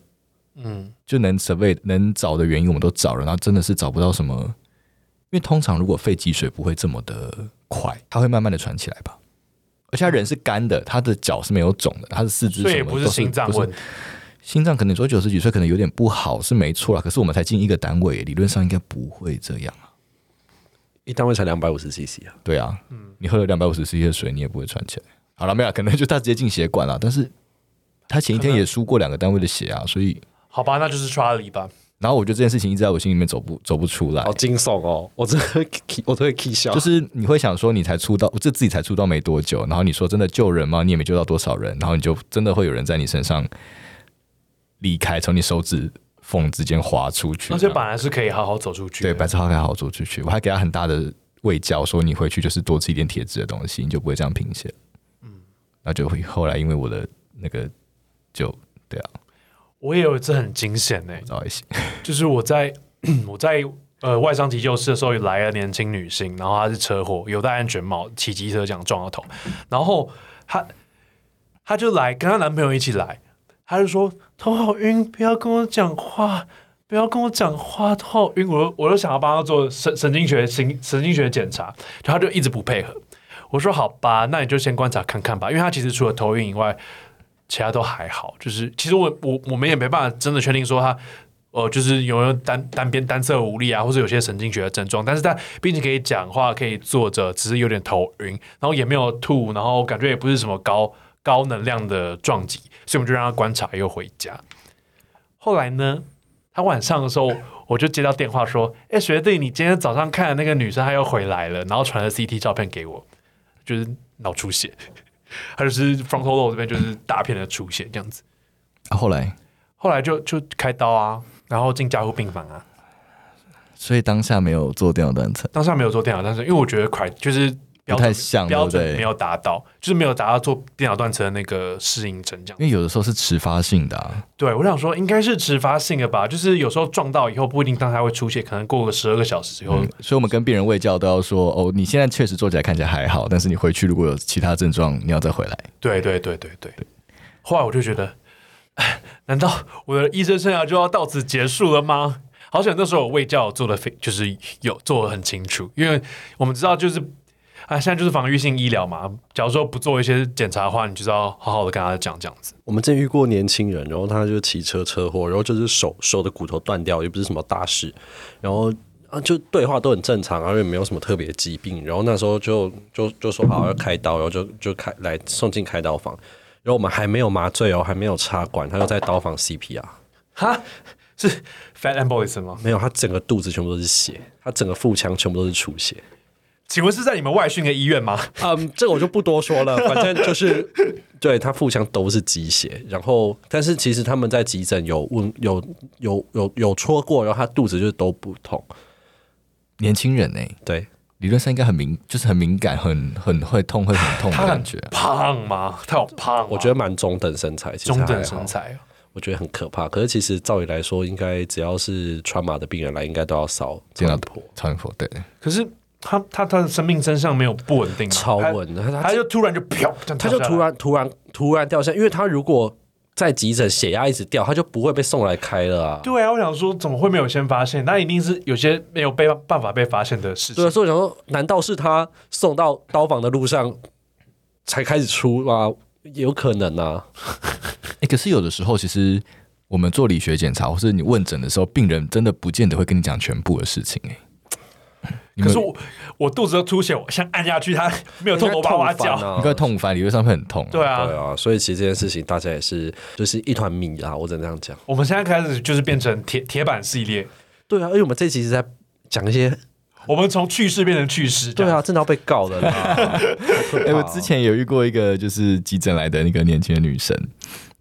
S2: 嗯，
S3: 就能 survey 能找的原因我们都找了，然后真的是找不到什么，因为通常如果肺积水不会这么的快，它会慢慢的传起来吧。而且他人是干的，他的脚是没有肿的，他的四肢
S2: 所以
S3: 什
S2: 也
S3: 么
S2: 不
S3: 都
S2: 是心脏
S3: 不是
S2: 问题。
S3: 心脏可能说九十几岁可能有点不好是没错啦，可是我们才进一个单位，理论上应该不会这样啊。
S1: 一单位才两百五十 CC 啊，
S3: 对啊，你喝了两百五十 cc 的水，你也不会喘起来。好了，没有啊，可能就他直接进血管了，但是他前一天也输过两个单位的血啊，所以，
S2: 好吧，那就是 Charlie 吧。
S3: 然后我觉得这件事情一直在我心里面走不走不出来
S1: 好，惊悚哦！我真的会 key- 我都会 k 笑，
S3: 就是你会想说你才出道，这自己才出道没多久，然后你说真的救人吗？你也没救到多少人，然后你就真的会有人在你身上离开，从你手指缝之间滑出去，
S2: 而且本来是可以好好走出去的。
S3: 啊对，白痴浩还好做出去，我还给他很大的喂教，说你回去就是多吃一点铁质的东西，你就不会这样贫血。嗯，那就会后来因为我的那个就对啊，
S2: 我也有一次很惊险欸呢，
S3: 找一些
S2: 就是我在 我在呃外伤急救室的时候，有来了年轻女性，然后她是车祸，有戴安全帽，骑机车这样撞到头，然后她她就来跟她男朋友一起来，她就说头好晕，不要跟我讲话。不要跟我讲话，头好晕！我就我就想要帮她做神神经学神神经学检查，然后她就一直不配合。我说好吧，那你就先观察看看吧，因为她其实除了头晕以外，其他都还好。就是其实我我我们也没办法真的确定说她呃，就是有没有单单边单侧无力啊，或者有些神经学的症状，但是他毕竟可以讲话，可以坐着，只是有点头晕，然后也没有吐，然后感觉也不是什么高高能量的撞击，所以我们就让他观察又回家。后来呢，他晚上的时候，我就接到电话说：“哎、学弟，你今天早上看的那个女生她又回来了。”然后传了 CT 照片给我，就是脑出血，他就是 frontal lobe 这边就是大片的出血这样子。
S3: 啊后来，
S2: 后来就就开刀啊，然后进加护病房啊。
S3: 所以当下没有做电脑断层，
S2: 当下没有做电脑断层，因为我觉得快就是标
S3: 不太
S2: 准
S3: 像
S2: 标
S3: 对不
S2: 准
S3: 对
S2: 没有达到，就是没有达到做电脑断层的那个适应症这样。
S3: 因为有的时候是迟发性的、啊，
S2: 对我想说，应该是迟发性的吧，就是有时候撞到以后不一定当下会出血，可能过个十二个小时以后。
S3: 嗯，所以我们跟病人喂教都要说哦，你现在确实做起来看起来还好，但是你回去如果有其他症状，你要再回来。
S2: 对对对对对。后来我就觉得，哎难道我的医生生涯就要到此结束了吗？好想那时候我卫教做的非就是有做的很清楚，因为我们知道就是啊，现在就是防御性医疗嘛。假如说不做一些检查的话，你就是要好好的跟他讲这样子。
S1: 我们真遇过年轻人，然后他就骑车车祸，然后就是手手的骨头断掉，也不是什么大事，然后啊就对话都很正常，然后也没有什么特别的疾病，然后那时候就就就说好要开刀，然后就就开来送进开刀房，然后我们还没有麻醉哦，还没有插管，他就在刀房啊 CPR，
S2: 哈，是 Fat and Boys 吗？
S1: 没有，他整个肚子全部都是血，他整个腹腔全部都是出血，
S2: 请问是在你们外训的医院吗？
S1: 嗯，这个我就不多说了，反正就是对他腹腔都是鸡血，然后但是其实他们在急诊有问有有有有戳过，然后他肚子就是都不痛，
S3: 年轻人呢、
S1: 对，
S3: 理论上应该很敏，就是很敏感，很很会痛，会很痛的感觉。啊
S2: 胖吗？他有胖吗，
S1: 啊我觉得蛮中等身材，其实
S2: 中
S1: 还
S2: 等
S1: 好
S2: 身，材哦。
S1: 我觉得很可怕。可是其实照理来说，应该只要是穿麻的病人来，应该都要烧
S3: 见到
S1: 穿破，
S3: 穿破对，
S2: 可是他他他的生命身上没有不稳定吗，啊
S1: 超
S2: 他，
S1: 稳的，他
S2: 他就突然就飘，这样
S1: 他
S2: 跳
S1: 就
S2: 下来
S1: 突然突然突然掉下，因为他如果在急诊血压一直掉，他就不会被送来开了啊。
S2: 对啊，我想说怎么会没有先发现？那一定是有些没有被办法被发现的事
S1: 对啊，
S2: 情。
S1: 所以我想说，难道是他送到刀房的路上才开始出吗？有可能啊，
S3: 哎、可是有的时候，其实我们做理学检查，或是你问诊的时候，病人真的不见得会跟你讲全部的事情、欸。你
S2: 可
S3: 们
S2: 是我我肚子都出血，我想按下去，他没有痛，我
S1: 应该
S2: 哇哇
S1: 痛翻
S2: 叫。
S1: 啊
S3: 你快痛翻，理论上会很痛、
S2: 哦对啊
S1: 对，啊，所以其实这件事情大家也是就是一团迷啊，我只能这样讲。
S2: 我们现在开始就是变成铁铁板系列，
S1: 对啊，因为我们这集是在讲一些
S2: 我们从去世变成去世。
S1: 对，啊，真的要被告的啦。哎
S3: 哎、我之前有遇过一个就是急诊来的那个年轻的女生，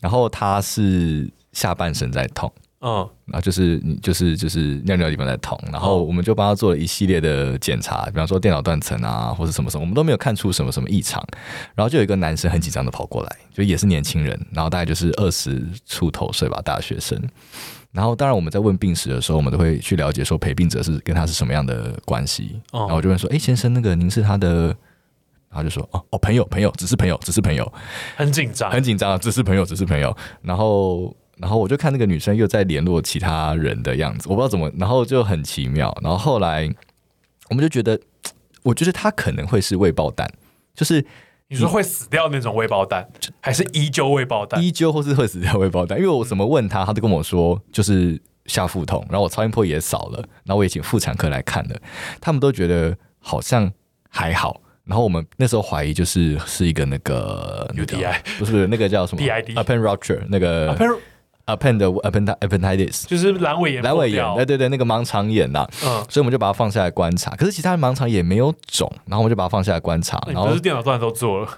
S3: 然后她是下半身在痛，
S2: 嗯，
S3: 然后就是你就是就是尿尿的地方在痛，然后我们就帮她做了一系列的检查，比方说电脑断层啊，或者什么什么，我们都没有看出什么什么异常。然后就有一个男生很紧张的跑过来，就也是年轻人，然后大概就是二十出头岁吧，大学生。然后，当然我们在问病史的时候，我们都会去了解说陪病者是跟他是什么样的关系。
S2: 哦
S3: 然后我就问说：“哎，先生，那个您是他的？”然后就说：“哦哦，朋友，朋友，只是朋友，只是朋友。”
S2: 很紧张，
S3: 很紧张啊，只是朋友，只是朋友。然后，然后我就看那个女生又在联络其他人的样子，我不知道怎么，然后就很奇妙。然后后来我们就觉得，我觉得她可能会是未爆弹，就是
S2: 你说会死掉那种未爆弹，还是依旧未爆弹？
S3: 依旧或是会死掉未爆弹。因为我怎么问她，她都跟我说就是下腹痛，然后我超音波也扫了，然后我也请妇产科来看了，他们都觉得好像还好。然后我们那时候怀疑就是是一个那个那叫
S2: UTI
S3: 不是不是那个叫什么
S2: PID
S3: open rupture 那个
S2: 啊，譬如
S3: append 的 append appendicitis
S2: 就是阑尾炎
S3: 阑尾
S2: 破
S3: 炎
S2: 掉，
S3: 对对对，那个盲肠炎呐、
S2: 嗯，
S3: 所以我们就把它放下来观察。可是其他的盲肠也没有肿，然后我们就把它放下来观察，
S2: 你
S3: 然
S2: 不
S3: 后
S2: 哎是电脑断都做了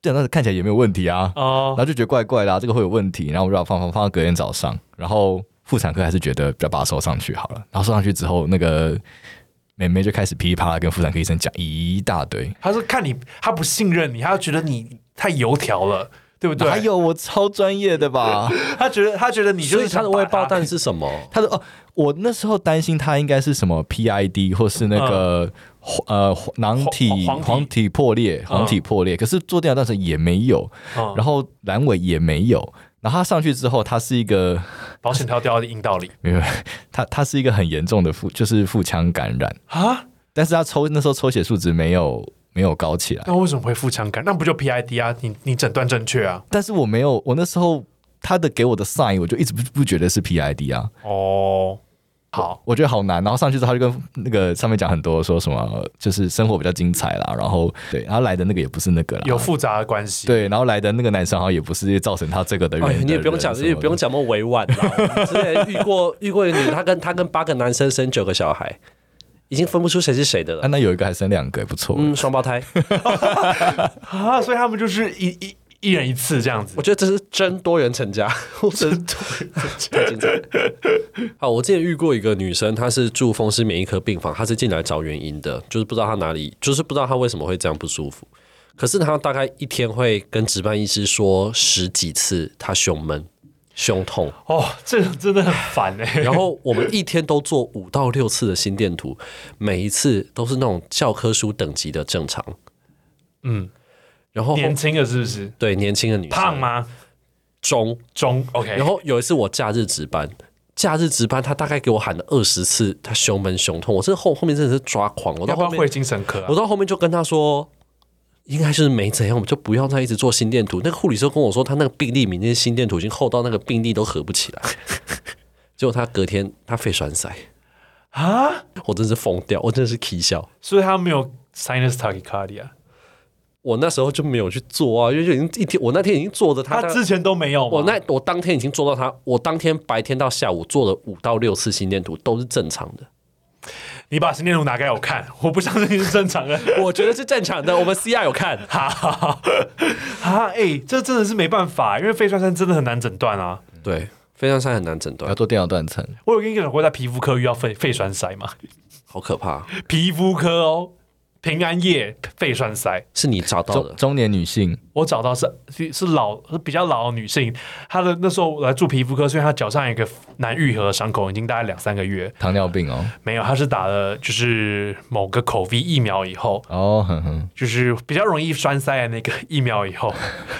S3: 对，那看起来也没有问题啊，
S2: 哦
S3: 然，后就觉得怪怪的、啊，这个会有问题，然后我们就把它放放放到隔天早上，然后妇产科还是觉得不要把它收上去好了，然后收上去之后，那个妹妹就开始噼里啪啦跟妇产科医生讲一大堆，
S2: 他是看你，他不信任你，他觉得你太油条了，对不对？
S3: 哪有我超专业的吧？
S2: 他觉得他觉得 你就
S1: 所以
S2: 是
S1: 他的未爆弹是什么？
S3: 他说：“哦，我那时候担心他应该是什么 PID 或是那个、呃囊体
S2: 嗯黄黄体
S3: 黄体破裂，黄体破裂。可是做电脑断层也没有，
S2: 嗯
S3: 然后阑尾也没有。然后他上去之后，他是一个
S2: 保险套掉到阴道里
S3: 没有， 他他是一个很严重的腹就是腹腔感染，
S2: 啊？
S3: 但是他抽那时候抽血数值没有没有高起来。
S2: 那为什么会腹腔感？那不就 PID 啊？你你诊断正确啊？
S3: 但是我没有，我那时候他的给我的 sign 我就一直不不觉得是 PID 啊。”
S2: 哦，好，
S3: 我觉得好难。然后上去之后，他就跟那个上面讲很多，说什么就是生活比较精彩啦，然后对，然后来的那个也不是那个啦，
S2: 有复杂的关系。
S3: 对，然后来的那个男生好像也不是造成他这个的原
S1: 哎
S3: 因、，
S1: 你也不用讲，
S3: 什
S1: 你
S3: 么
S1: 也不用
S3: 的。
S1: 讲那么委婉 啦。我们之前遇过遇过一个女的，她跟她跟八个男生生九个小孩，已经分不出谁是谁的
S3: 啊，
S2: 嗯
S1: 了。
S3: 那有一个还生两个，也不错。
S1: 嗯，双胞胎，
S2: 啊，所以他们就是一一一人一次这样子
S1: 我。觉得这是真多元成家，我真多元成家，太精彩了。好，我之前遇过一个女生，她是住风湿免疫科病房，她是进来找原因的，就是不知道她哪里，就是不知道她为什么会这样不舒服。可是她大概一天会跟值班医师说十几次她胸闷、胸痛，
S2: 哦，这个真的很烦哎、
S1: 然后我们一天都做五到六次的心电图，每一次都是那种教科书等级的正常。
S2: 嗯，
S1: 然后
S2: 年轻的是不是？
S1: 对年轻的女生
S2: 胖吗？
S1: 中，
S2: 中 OK。
S1: 然后有一次我假日值班，假日值班她大概给我喊了二十次，她胸闷胸痛，我这后后面真的是抓狂，我到
S2: 要不
S1: 后
S2: 要
S1: 面
S2: 会精神科、啊
S1: 我？到后面就跟她说。应该就是没怎样，我们就不要再一直做心电图。那个护理师跟我说，他那个病历里面心电图已经厚到那个病历都合不起来。 结果他隔天他肺栓塞，
S2: 啊，
S1: 我真是疯掉，我真的是啼笑。
S2: 所以他没有 sinus tachycardia，
S1: 我那时候就没有去做啊，因为就已经一天，我那天已经做的他，
S2: 他之前都没有吗
S1: 我那我当天已经做到他，我当天白天到下午做了五到六次心电图都是正常的，
S2: 你把心电图拿给我看， 我不相信是正常的。
S1: 我觉得是正常 的。我们 CR 有看，
S2: 哈哈哈！哈，哎，这真的是没办法，因为肺栓塞真的很难诊断啊。
S1: 对，非常山很难诊断
S3: 要，做电脑断层。
S2: 我有跟你讲过，在皮肤科遇到肺肺栓塞嘛，
S1: 好可怕。
S2: 皮肤科哦，平安夜肺栓塞，
S1: 是你找到的
S3: 中，中年女性，
S2: 我找到是是是老是比较老的女性，她的那时候我来住皮肤科，所以她脚上有一个难愈合的伤口，已经大概两三个月
S3: 糖尿病哦，
S2: 没有，她是打了就是某个口服疫苗以后，
S3: 哦，哼哼，
S2: 就是比较容易栓塞的那个疫苗以后，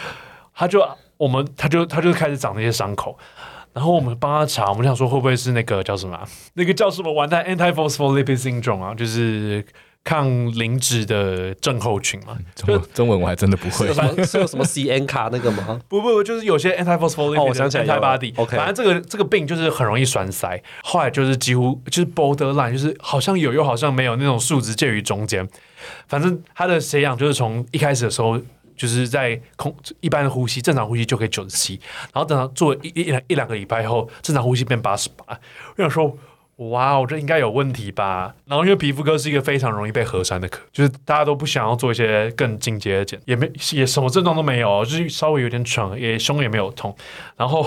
S2: 他就我们他就他就开始长那些伤口，然后我们帮他查，我们想说会不会是那个叫什么啊、那个叫什么完蛋 antiphospholipid syndrome 啊，就是抗磷脂的症候群
S1: 嗯
S2: 嘛。
S3: 中文中文我还真的不会
S1: 有。什么是有什么 CN 卡那个吗？
S2: 不不，不就是有些 antiphospholipid
S1: 哦我想起来有了
S2: antibody，
S1: OK
S2: 反正这个这个病就是很容易栓塞。后来就是几乎就是 borderline，就是好像有又好像没有那种数值介于中间。反正他的血氧就是从一开始的时候。就是在空一般的呼吸，正常呼吸就可以九十七，然后等到做一一一两一两个礼拜后，正常呼吸变八十八。我想说，哇哦，这应该有问题吧？然后因为皮肤科是一个非常容易被核酸的科，就是大家都不想要做一些更进阶的检，也没也什么症状都没有，哦就是稍微有点喘，也胸也没有痛。然后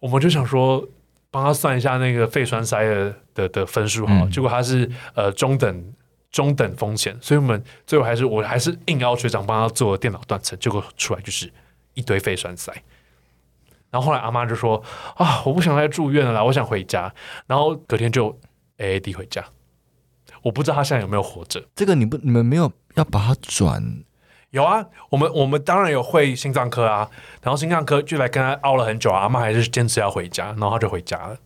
S2: 我们就想说，帮他算一下那个肺栓塞的的的分数好了，结果他是呃中等。中等风险，所以我们最后还是我还是硬要学长帮他做电脑断层，结果出来就是一堆肺栓塞。然后后来阿妈就说：“啊，我不想再住院了啦，我想回家。”然后隔天就 AAD 回家。我不知道他现在有没有活着。
S3: 这个你不你们没有要把它转，
S2: 有啊，我们我们当然有会心脏科啊，然后心脏科就来跟他拗了很久啊，阿妈还是坚持要回家，然后他就回家了。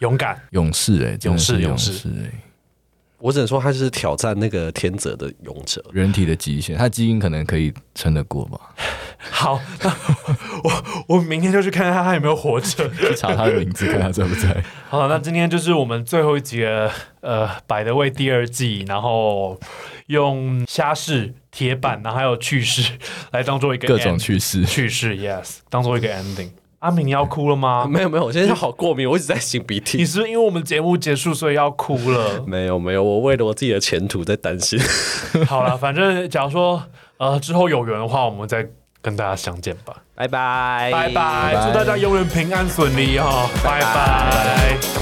S2: 勇敢，
S3: 勇士哎、真的是
S2: 勇
S3: 勇
S2: 士
S3: 士哎、
S1: 我只能说他就是挑战那个天择的勇者。
S3: 人体的极限，它基因可能可以撑得过吧？
S2: 好，那我我明天就去看看他有没有活着。
S3: 去查他的 名字，看他在不在。
S2: 好，那今天就是我们最后一集的呃《百的味》第二季，然后用虾式、铁板，然后还有趣事来当做一个
S3: 各 种
S2: end
S3: 趣事，
S2: 趣事，yes，当做一个 ending。阿敏，你要哭了吗？
S1: 啊没有没有，我现在好过敏，我一直在擤鼻
S2: 你
S1: 涕。？
S2: 是不是因为我们节目结束所以要哭了
S1: 没有没有，我为了我自己的前途在担心。
S2: 好了，反正假如说呃之后有缘的话，我们再跟大家相见吧。
S1: 拜拜
S2: 拜拜，祝大家永远平安顺利哦，拜拜